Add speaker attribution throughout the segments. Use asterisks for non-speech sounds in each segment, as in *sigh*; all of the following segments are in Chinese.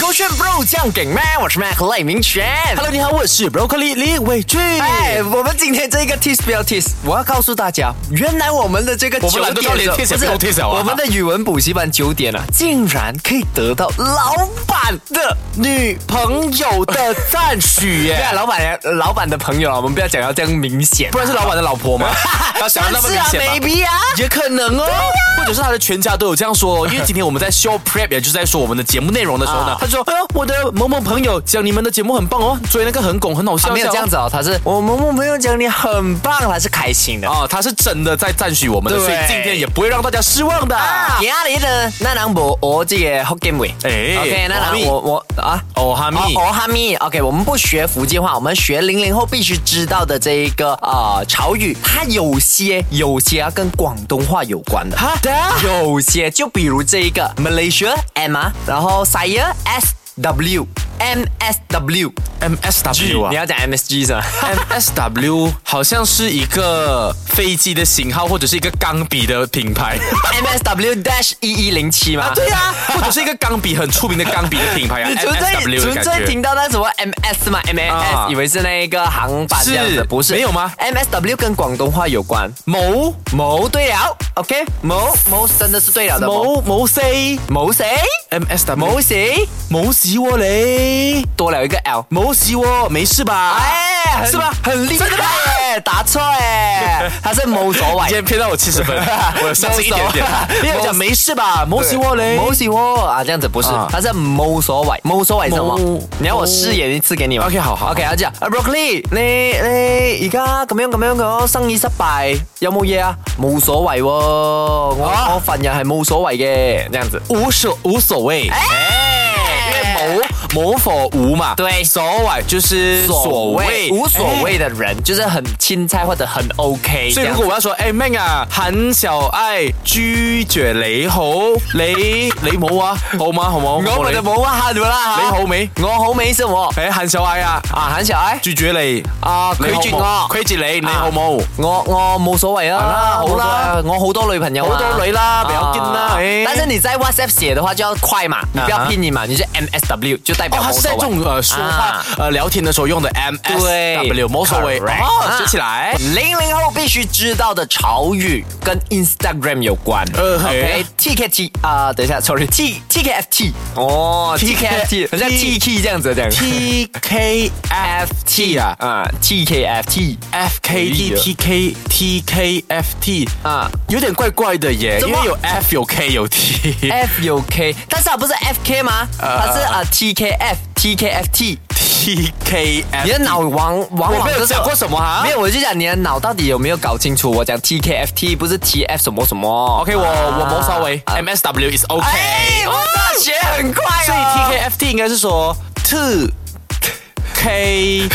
Speaker 1: 勾选 Bro 酱给麦，我是 Mac 赖明全。
Speaker 2: Hello，你好，我是 Broccoli 李伟俊。
Speaker 1: 哎，我们今天这个 tease 不要 tease，我要告诉大家，原来我们的这个
Speaker 2: 我们
Speaker 1: 九
Speaker 2: 懒得
Speaker 1: 点
Speaker 2: 到连
Speaker 1: 的
Speaker 2: tease 也不
Speaker 1: 是
Speaker 2: 用 tease 了啊
Speaker 1: 我们的语文补习班九点啊，竟然可以得到老板的女朋友的赞许 *laughs* 耶！对啊，老板老板的朋友啊，我们不要讲要这样明显，
Speaker 2: 不然是老板的老
Speaker 3: *laughs*
Speaker 2: 婆吗？要想得那么明
Speaker 1: 是啊
Speaker 2: 显吗？
Speaker 1: ，baby 啊，
Speaker 2: 也可能哦，或者是他的全家都有这样说、哦。因为今天我们在 show prep，也就是在说我们的节目内容的时候呢
Speaker 1: 啊，
Speaker 2: 他说：“哎呦，我的某某朋友讲你们的节目很棒哦，所以那个很拱很好笑。
Speaker 1: 啊没有这样子哦，他是我们我朋友讲你很棒，他是开心的。
Speaker 2: 哦，他是真的在赞许我们的，
Speaker 1: 对
Speaker 2: 所以今天也不会让大家失望的。
Speaker 3: 啊
Speaker 1: 今日呢，咱人无学这个福建话。
Speaker 2: 哎
Speaker 1: OK，那
Speaker 2: 哈密
Speaker 1: 人我我啊。
Speaker 2: 哦，哈密，
Speaker 1: 哦，哈密，OK，我们不学福建话，我们学零零后必须知道的这一个呃潮语，它有些有些啊跟广东话有关的，
Speaker 2: 哈啊
Speaker 1: 有些就比如这一个 Malaysia M 啊，然后 Saya S W M S W，
Speaker 2: MSW 啊 *laughs*
Speaker 1: 你。要讲 M S G 是吧？
Speaker 2: MSW 好像是一个飞机的型号，或者是一个钢笔的品 *laughs* 牌
Speaker 1: M S W dash 一一零七吗？
Speaker 2: 呀、或者是一个钢笔很出名的钢笔的品牌 *laughs* 啊
Speaker 1: *laughs* 你纯粹
Speaker 2: ，MSW
Speaker 1: 纯
Speaker 2: 的感
Speaker 1: 粹
Speaker 2: 觉。
Speaker 1: 听到那什么 MS 嘛
Speaker 2: 啊
Speaker 1: ，MAS 以为是那一个航班这样子，
Speaker 2: 是
Speaker 1: 不是？
Speaker 2: 没有吗
Speaker 1: ？MSW 跟广东话有关。
Speaker 2: 某
Speaker 1: 某对了，OK，某某真的是对了的某
Speaker 2: 某某 C
Speaker 1: 某谁
Speaker 2: MSW
Speaker 1: 某谁
Speaker 2: 某洗我嘞，
Speaker 1: 多了一个 L，
Speaker 2: 某洗我没事吧？
Speaker 1: 哎，很
Speaker 2: 啊是吧？
Speaker 1: 很厉
Speaker 2: 真的吗
Speaker 1: 害耶，答错
Speaker 2: *laughs*
Speaker 1: 哎，他是某所
Speaker 2: 今
Speaker 1: 伟。。
Speaker 2: 天骗到我七十 *laughs* 分，我相信一点点
Speaker 1: *laughs*
Speaker 2: 因为我讲没事吧？某洗我嘞。
Speaker 1: 某喜我啊，这样子不是
Speaker 2: 啊，
Speaker 1: 他是某所伟，某所伟什么
Speaker 2: 某？
Speaker 1: 你要我饰演一次给你吗
Speaker 2: OK，好好好
Speaker 1: Ờ, OK，阿姐啊，Broccoli，你你而家咁樣咁樣講生意失敗，有冇嘢啊？冇所謂喎，我我份人係冇所謂嘅，這樣子。
Speaker 2: 无所无所谓，哎，因为某某否无嘛，
Speaker 1: 对
Speaker 2: 所谓就是所谓
Speaker 1: 无所。谓的人，就是很青菜或者很
Speaker 2: 哎
Speaker 1: OK 这
Speaker 2: 所以
Speaker 1: 样
Speaker 2: 如
Speaker 1: 子。
Speaker 2: 果我要说，哎，man 啊，很小爱拒绝你好，你你冇啊，好吗？好冇？
Speaker 1: 我们的
Speaker 2: 冇
Speaker 1: 冇啊喊咗
Speaker 2: 你
Speaker 1: 啦嚇
Speaker 2: 你好未？
Speaker 1: 我好美什么
Speaker 2: 哎，很小爱啊，
Speaker 1: 啊？很小愛
Speaker 2: 拒绝你，
Speaker 1: 啊，拒
Speaker 2: 你好
Speaker 1: 絕
Speaker 2: 冇
Speaker 1: 我。啊
Speaker 2: 拒絕你，你好冇？
Speaker 1: 我我冇所謂啊，
Speaker 2: 好啦好啦
Speaker 1: 冇所謂啊，我好多女朋友啊，
Speaker 2: 好多女啦不要緊啦
Speaker 1: 啊
Speaker 2: 哎嗯
Speaker 1: 但是你在 WhatsApp 写的话就要快嘛，你不要拼音嘛，你就 M S W 就代
Speaker 2: 哦
Speaker 1: 表，
Speaker 2: 它
Speaker 1: 冇
Speaker 2: 是
Speaker 1: 所
Speaker 2: 在这
Speaker 1: 謂。
Speaker 2: 种呃说话
Speaker 1: 啊
Speaker 2: 呃聊天的时候用的 M S
Speaker 1: 对
Speaker 2: W，冇所谓
Speaker 1: correct 啊
Speaker 2: 哦，学起来。
Speaker 1: 零零后必须知道的潮语跟 Instagram 有关。
Speaker 2: 呃嘿
Speaker 1: OK，TKT 啊，等一下，sorry，T TKFT 哦，TKFT 很像 TK 这样子这样。
Speaker 2: T K F T 啊
Speaker 1: 啊，TKFT
Speaker 2: ，F K T T K T K F T
Speaker 1: 啊
Speaker 2: 有点怪怪的耶，
Speaker 1: 怎
Speaker 2: 因
Speaker 1: 么
Speaker 2: 为有 F 有 K 有 T。
Speaker 1: F 有 K，但是它不是 FK 吗？
Speaker 2: 呃
Speaker 1: 它是啊 TKF TKFT。
Speaker 2: T K
Speaker 1: 你
Speaker 2: F，
Speaker 1: 的脑往往
Speaker 2: 我
Speaker 1: 往
Speaker 2: 没有讲过什么哈
Speaker 1: 没。有，我就讲你的脑到底有没有搞清楚？我讲 TKFT 不是 TF 什么什么。
Speaker 2: OK，我我冇稍微
Speaker 1: 啊
Speaker 2: M S W is OK。
Speaker 1: 哎，我大学很快哦。
Speaker 2: 所以 T K F T 应该是说 T K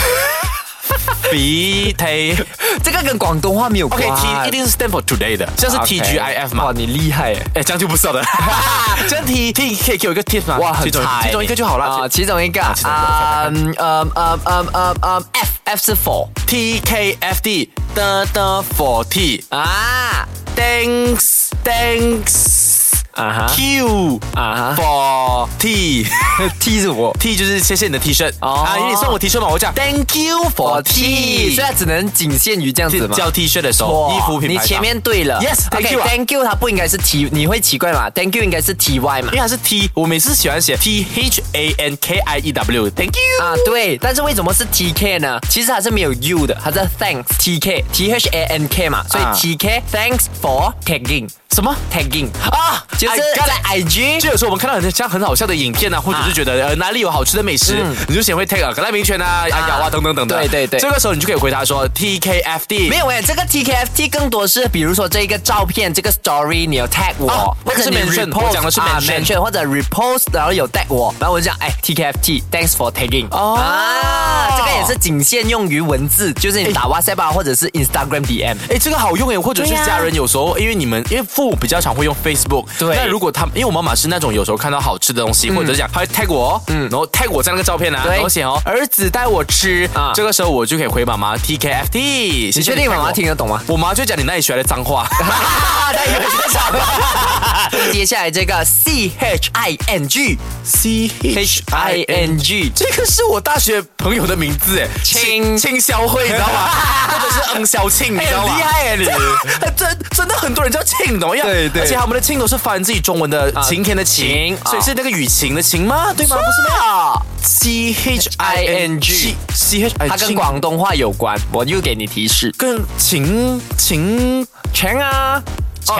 Speaker 2: B *laughs* T。
Speaker 1: 这个跟广东话没有关。
Speaker 2: OK，T 一定是 stand for today 的，像是 T G I F 嘛。
Speaker 1: 哇，你厉害耶！
Speaker 2: 哎，这样就不是了。 *laughs* 这样 T T 可以给我一个 tip 吗？
Speaker 1: 哇，很
Speaker 2: 其中
Speaker 1: 差耶。
Speaker 2: 其中一个就好
Speaker 1: 啊，
Speaker 2: 了。
Speaker 1: 其中一个
Speaker 2: 其中一个我猜猜
Speaker 1: 啊，嗯嗯嗯嗯嗯嗯，F F 是 for
Speaker 2: T K F D 的的 for T
Speaker 1: 啊
Speaker 2: thanks thanks
Speaker 1: 啊哈
Speaker 2: Q
Speaker 1: 啊哈
Speaker 2: for T
Speaker 1: *laughs* ，T 是我。
Speaker 2: T 就是谢谢你的 T 恤
Speaker 1: 哦
Speaker 2: 啊，因为你送我 T 恤嘛，我讲
Speaker 1: Thank you for tea，所以它哦只能仅限于这样子嘛。
Speaker 2: 哦叫 T 恤的时
Speaker 1: 错
Speaker 2: 候，衣服品牌
Speaker 1: 你
Speaker 2: 上
Speaker 1: 前面对了
Speaker 2: Yes, thank
Speaker 1: OK，
Speaker 2: you 啊
Speaker 1: Thank you，它不应该是 T，你会奇怪嘛？Thank you 应该是 T Y 嘛
Speaker 2: 因为？它是 T，我每次喜欢写 T H A N K I E W，Thank you。
Speaker 1: 啊，对，但是为什么是 T K 呢？其实它是没有 U 的，它是 Thanks T K T H A N K 嘛，所以
Speaker 2: 啊
Speaker 1: T K Thanks for tagging
Speaker 2: 什么？
Speaker 1: tagging
Speaker 2: 啊
Speaker 1: 就是
Speaker 2: I got
Speaker 1: 在 I G
Speaker 2: 就有时候我们看到很像很好笑的影片啊，或者是觉得呃哪里有好吃的美食，你就先会 take 啊，可乐明圈啊、啊
Speaker 1: 嗯啊
Speaker 2: 瑶啊等等等等。
Speaker 1: 对对对
Speaker 2: 这个时候你就可以回答说 T K F D。
Speaker 1: 没有哎，这个 T K F T 更多是，比如说这一个照片，这个 story 你有 tag 我，
Speaker 2: 啊
Speaker 1: 或者
Speaker 2: 是
Speaker 1: 你
Speaker 2: mention，
Speaker 1: repost，
Speaker 2: 我讲的是
Speaker 1: 啊
Speaker 2: mention
Speaker 1: mention，或者 repost，然后有 tag 我，然后我就讲哎 T K F T，thanks for tagging。
Speaker 2: 哦
Speaker 1: 啊，这个也是仅限用于文字，就是你打 WhatsApp 啊，或者是 Instagram DM。
Speaker 2: 哎，这个好用哎，或者是
Speaker 1: 对呀
Speaker 2: 家人有时候，因为你们因为父母比较常会用 Facebook。
Speaker 1: 对嗯
Speaker 2: 那如果他们，因为我妈妈是那种有时候看到好吃的东西，或者是讲她会 tag 我哦，嗯，然后 tag 我在那个照片啊，
Speaker 1: 对
Speaker 2: 然后写哦，儿子带我吃
Speaker 1: 啊，
Speaker 2: 这个时候我就可以回妈妈 TKFT。
Speaker 1: 你
Speaker 2: 你
Speaker 1: 确定妈妈听？得懂吗？
Speaker 2: 我妈就讲你那里学来的脏
Speaker 1: *laughs*
Speaker 2: 话。
Speaker 1: 他以为是什么？接下来这个 C H I N G
Speaker 2: C
Speaker 1: H I N G
Speaker 2: 这个是我大学朋友的名字哎，
Speaker 1: 青
Speaker 2: 青肖 *laughs* 慧，你知道吗？或者是嗯肖庆，你知道吗？
Speaker 1: 哎很厉害哎
Speaker 2: *laughs*
Speaker 1: 你
Speaker 2: 真真的很多人叫庆，你懂吗？
Speaker 1: 对对
Speaker 2: 而且他们的庆都是翻自己中文的晴天的晴
Speaker 1: 晴，
Speaker 2: 所以是那个雨晴的晴吗？对吗？不啊是吗
Speaker 1: 啊，
Speaker 2: ？C H I N G C H I，
Speaker 1: 它跟广东话有关，我又给你提示，
Speaker 2: 跟晴晴，
Speaker 1: 请啊，请，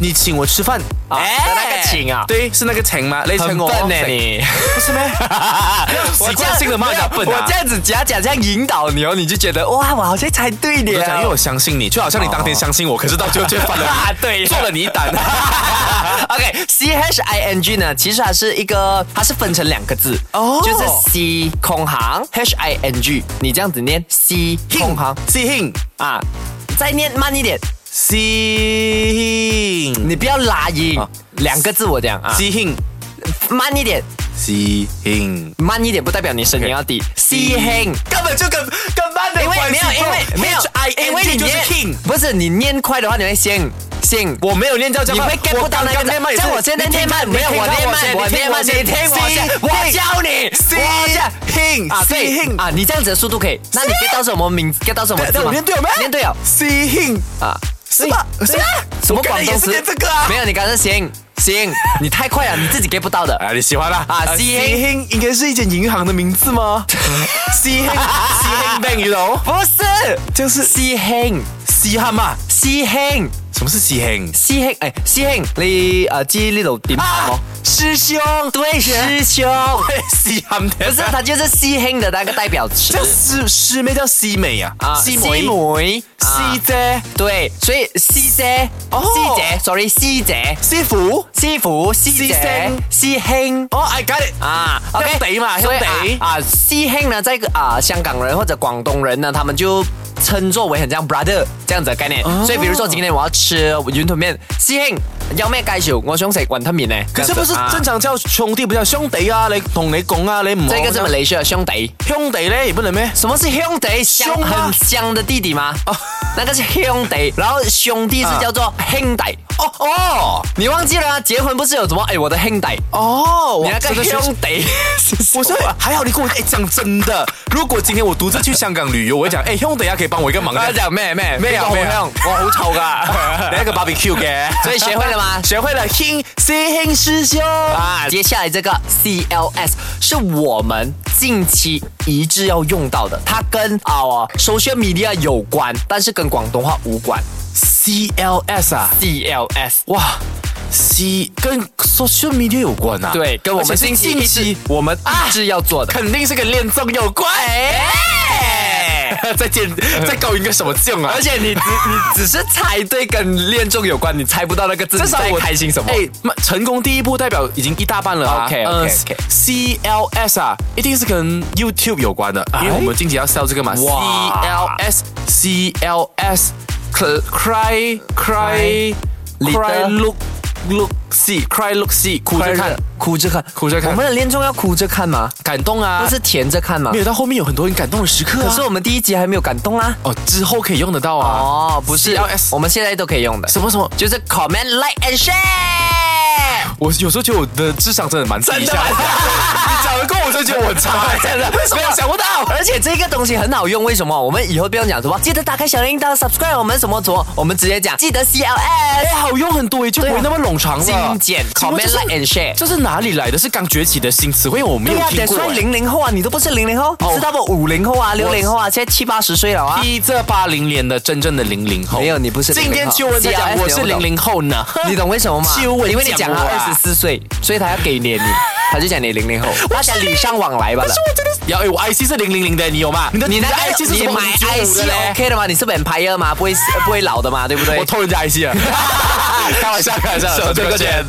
Speaker 2: 你请我吃饭，哎
Speaker 1: 啊是那个请啊
Speaker 2: 对，是那个请吗？雷
Speaker 1: 很
Speaker 2: 成我
Speaker 1: 笨呢
Speaker 2: 请
Speaker 1: 你。
Speaker 2: 不是咩？
Speaker 1: 我
Speaker 2: 习惯性的骂人家笨啊
Speaker 1: 我这样子假假这样引导你哦，你就觉得哇，我好像猜对哦
Speaker 2: 我就讲，因为
Speaker 1: 了
Speaker 2: 我。相信你，就好像你当天相信我，可是到最后却犯了 *laughs*
Speaker 1: 啊， *laughs* 对，
Speaker 2: 做了你一胆。
Speaker 1: OK，C H I N G 呢，其实它是一个，它是分成两个字，
Speaker 2: 哦
Speaker 1: 就是 C 空行 H I N G，你这样子念 C 空行
Speaker 2: Sing
Speaker 1: 啊，再念慢一点，
Speaker 2: Sing
Speaker 1: 你不要拉音，
Speaker 2: 啊
Speaker 1: 两个字我讲啊，
Speaker 2: Sing
Speaker 1: 慢一点，
Speaker 2: Sing，
Speaker 1: 慢一点不代表你声音要低，C hang。
Speaker 2: 根本就跟跟班的
Speaker 1: 因为没有，因为没有
Speaker 2: I，
Speaker 1: 因为
Speaker 2: N G
Speaker 1: 你
Speaker 2: 就是
Speaker 1: 念
Speaker 2: King。
Speaker 1: 不是你念快的话，你会先先
Speaker 2: 我没有念到这
Speaker 1: 你
Speaker 2: 样，
Speaker 1: 会 get 不到那
Speaker 2: 我刚
Speaker 1: 个字
Speaker 2: 刚念慢也是
Speaker 1: 像我现在念慢，
Speaker 2: 你
Speaker 1: 没有
Speaker 2: 听
Speaker 1: 我
Speaker 2: 到
Speaker 1: 念慢，我念慢，你听我先，我教你，我教。
Speaker 2: Sing
Speaker 1: 啊，对
Speaker 2: Sing
Speaker 1: 啊，你这样子的速度可以。那你 get 到什么名字？get 到什么字吗？
Speaker 2: 念对了没？
Speaker 1: 念对了
Speaker 2: Sing
Speaker 1: 啊，
Speaker 2: 是吧？
Speaker 1: 对啊什么广东词？
Speaker 2: 念这个啊？
Speaker 1: 没有，你刚才行行，你太快了，你自己 get 不到的。
Speaker 2: 啊，你喜欢啦
Speaker 1: 啊
Speaker 2: 呃
Speaker 1: C-
Speaker 2: Heng 应该是一间银行的名字吗 *laughs* ？C Heng C Heng Bank，you
Speaker 1: *laughs*
Speaker 2: know，
Speaker 1: 不是，
Speaker 2: 就是
Speaker 1: 西兴
Speaker 2: 西汉嘛？
Speaker 1: 西兴
Speaker 2: 什么是西 Heng？
Speaker 1: 西兴，哎，西兴，你呃记呢度点喊
Speaker 2: 啊
Speaker 1: 么？，
Speaker 2: 师兄，
Speaker 1: 对，师兄，
Speaker 2: 西汉
Speaker 1: 不是，他就是西兴的那个代表词
Speaker 2: 叫师师妹叫西美啊，
Speaker 1: 啊，
Speaker 2: 西妹，
Speaker 1: 妹，啊
Speaker 2: 西姐，
Speaker 1: 对，所以师姐，
Speaker 2: 哦
Speaker 1: 师姐，sorry，师姐，
Speaker 2: 师傅。
Speaker 1: 师傅，师姐，师兄。
Speaker 2: 哦，I got it。
Speaker 1: 啊
Speaker 2: 兄弟嘛
Speaker 1: 所以
Speaker 2: 兄弟
Speaker 1: 啊啊，师兄呢，在啊香港人或者广东人呢，他们就称作为很像 brother 这样子的概念。
Speaker 2: 哦
Speaker 1: 所以比如说今天我要吃云吞面，师兄有咩介绍？我想食云吞面呢。
Speaker 2: 可是
Speaker 1: 这样
Speaker 2: 不
Speaker 1: 子
Speaker 2: 是
Speaker 1: 啊
Speaker 2: 正常叫兄弟，不叫兄弟啊？你同你讲啊，你唔好
Speaker 1: 这个是马来西亚兄弟。
Speaker 2: 兄弟咧，不能咩？
Speaker 1: 什么是兄弟？香
Speaker 2: 兄啊
Speaker 1: 很香的弟弟吗？
Speaker 2: 哦
Speaker 1: 那个是兄弟，然后兄弟是叫做兄弟。
Speaker 2: 哦哦
Speaker 1: 你忘记了啊？结婚不是有什么？哎，我的兄弟，
Speaker 2: 哦，我
Speaker 1: 你那
Speaker 2: 真的
Speaker 1: 个
Speaker 2: 是
Speaker 1: 兄
Speaker 2: *laughs*
Speaker 1: 弟是什么啊
Speaker 2: 我说还好你跟我哎讲真的，如果今天我独自去香港旅游，我会讲哎兄，等一下可以帮我一个忙
Speaker 1: 我
Speaker 2: 啊
Speaker 1: 要，讲咩咩
Speaker 2: 咩啊
Speaker 1: 我
Speaker 2: 咩啊
Speaker 1: 好香，我好 *laughs* 丑噶。
Speaker 2: 来一个 barbecue 嘅，
Speaker 1: 所以学会了吗？
Speaker 2: *laughs* 学会了，King C King 师兄
Speaker 1: 啊，接下来这个 CLS 是我们近期一致要用到的，它跟啊、呃 social media 有关，但是跟广东话无关。
Speaker 2: C L S 啊，
Speaker 1: CLS
Speaker 2: 哇，C 跟 social media 有关啊，
Speaker 1: 对，跟我们
Speaker 2: 而且
Speaker 1: 近
Speaker 2: 是
Speaker 1: 期啊
Speaker 2: 近
Speaker 1: 一致
Speaker 2: 期，
Speaker 1: 我们一致要做的。
Speaker 2: 肯定是跟恋综有关， *laughs* 哎，在见
Speaker 1: *laughs*
Speaker 2: 在高音个什么劲啊
Speaker 1: 而？且你只你只是猜对跟恋综有关，你猜不到那个
Speaker 2: *laughs*
Speaker 1: 字，
Speaker 2: 至少
Speaker 1: 你在
Speaker 2: 我
Speaker 1: 开心什么？
Speaker 2: 哎，那成功第一步代表已经一大半了啊。
Speaker 1: OK，OK，OK
Speaker 2: C L S 啊，一定是跟 YouTube 有关的，因为我们近期要 sell 这个嘛。C
Speaker 1: 哎哇
Speaker 2: L S C L S cry cry
Speaker 1: Leader
Speaker 2: cry look look see cry look see 哭着看，
Speaker 1: 哭着看，
Speaker 2: 哭着看
Speaker 1: 我们的恋综要哭着看吗？
Speaker 2: 感动啊
Speaker 1: 不！是甜着看吗
Speaker 2: 没？有到后面有很多很感动的时刻啊。
Speaker 1: 可是我们第一集还没有感动啊。
Speaker 2: 哦，之后可以用得到啊。
Speaker 1: 哦，不是
Speaker 2: CLS
Speaker 1: 我们现在都可以用的，
Speaker 2: 什么什么？
Speaker 1: 就是 comment like and share。
Speaker 2: 我有时候觉得我的智商真的蛮低下的。
Speaker 1: 真的吗
Speaker 2: 你讲得过我就觉得我很差， *laughs* 真的哎为什么
Speaker 1: 没有
Speaker 2: 想不到？
Speaker 1: 而且这个东西很好用，为什么？我们以后不用讲什么，记得打开小铃铛，subscribe 我们什么什么，我们直接讲记得 CLS
Speaker 2: 哎，啊好用很多耶，就不会那么冗长了。
Speaker 1: 精简
Speaker 2: 请问
Speaker 1: comment
Speaker 2: 这是
Speaker 1: like and share。
Speaker 2: 这是哪里来的？是刚崛起的新词汇，我没
Speaker 1: 对
Speaker 2: 有
Speaker 1: 呀、啊，
Speaker 2: 听
Speaker 1: 得
Speaker 2: 过
Speaker 1: 算
Speaker 2: 耶。
Speaker 1: 零零后啊，你都不是零零后，
Speaker 2: 哦
Speaker 1: 知道不？五零后啊，六零后啊，现在七八十岁了啊。
Speaker 2: 逼这八零年的真正的零零后，
Speaker 1: 没有你不是00后啊
Speaker 2: 今天秋文在讲
Speaker 1: CRS
Speaker 2: 我是零零后 *laughs* 呢，
Speaker 1: 你懂为什么吗？
Speaker 2: 秋文
Speaker 1: 因为你讲
Speaker 2: 讲我
Speaker 1: 他
Speaker 2: 啊
Speaker 1: 二十四岁，所以他要给脸你，他就讲你零零
Speaker 2: *laughs*
Speaker 1: 后，大家礼尚往来吧了。
Speaker 2: 要哎，我 IC 是零零零的，你有吗？你的
Speaker 1: 你那
Speaker 2: 的
Speaker 1: 个
Speaker 2: IC 是什
Speaker 1: 你
Speaker 2: 么
Speaker 1: 买
Speaker 2: 55
Speaker 1: IC
Speaker 2: 的嘞
Speaker 1: OK 的吗？你是 vampire 吗？不会死不会老的嘛，对不
Speaker 2: *laughs*
Speaker 1: 对
Speaker 2: 我？偷人家 IC *laughs* 啊！开玩笑，开玩笑，
Speaker 1: 手这个钱。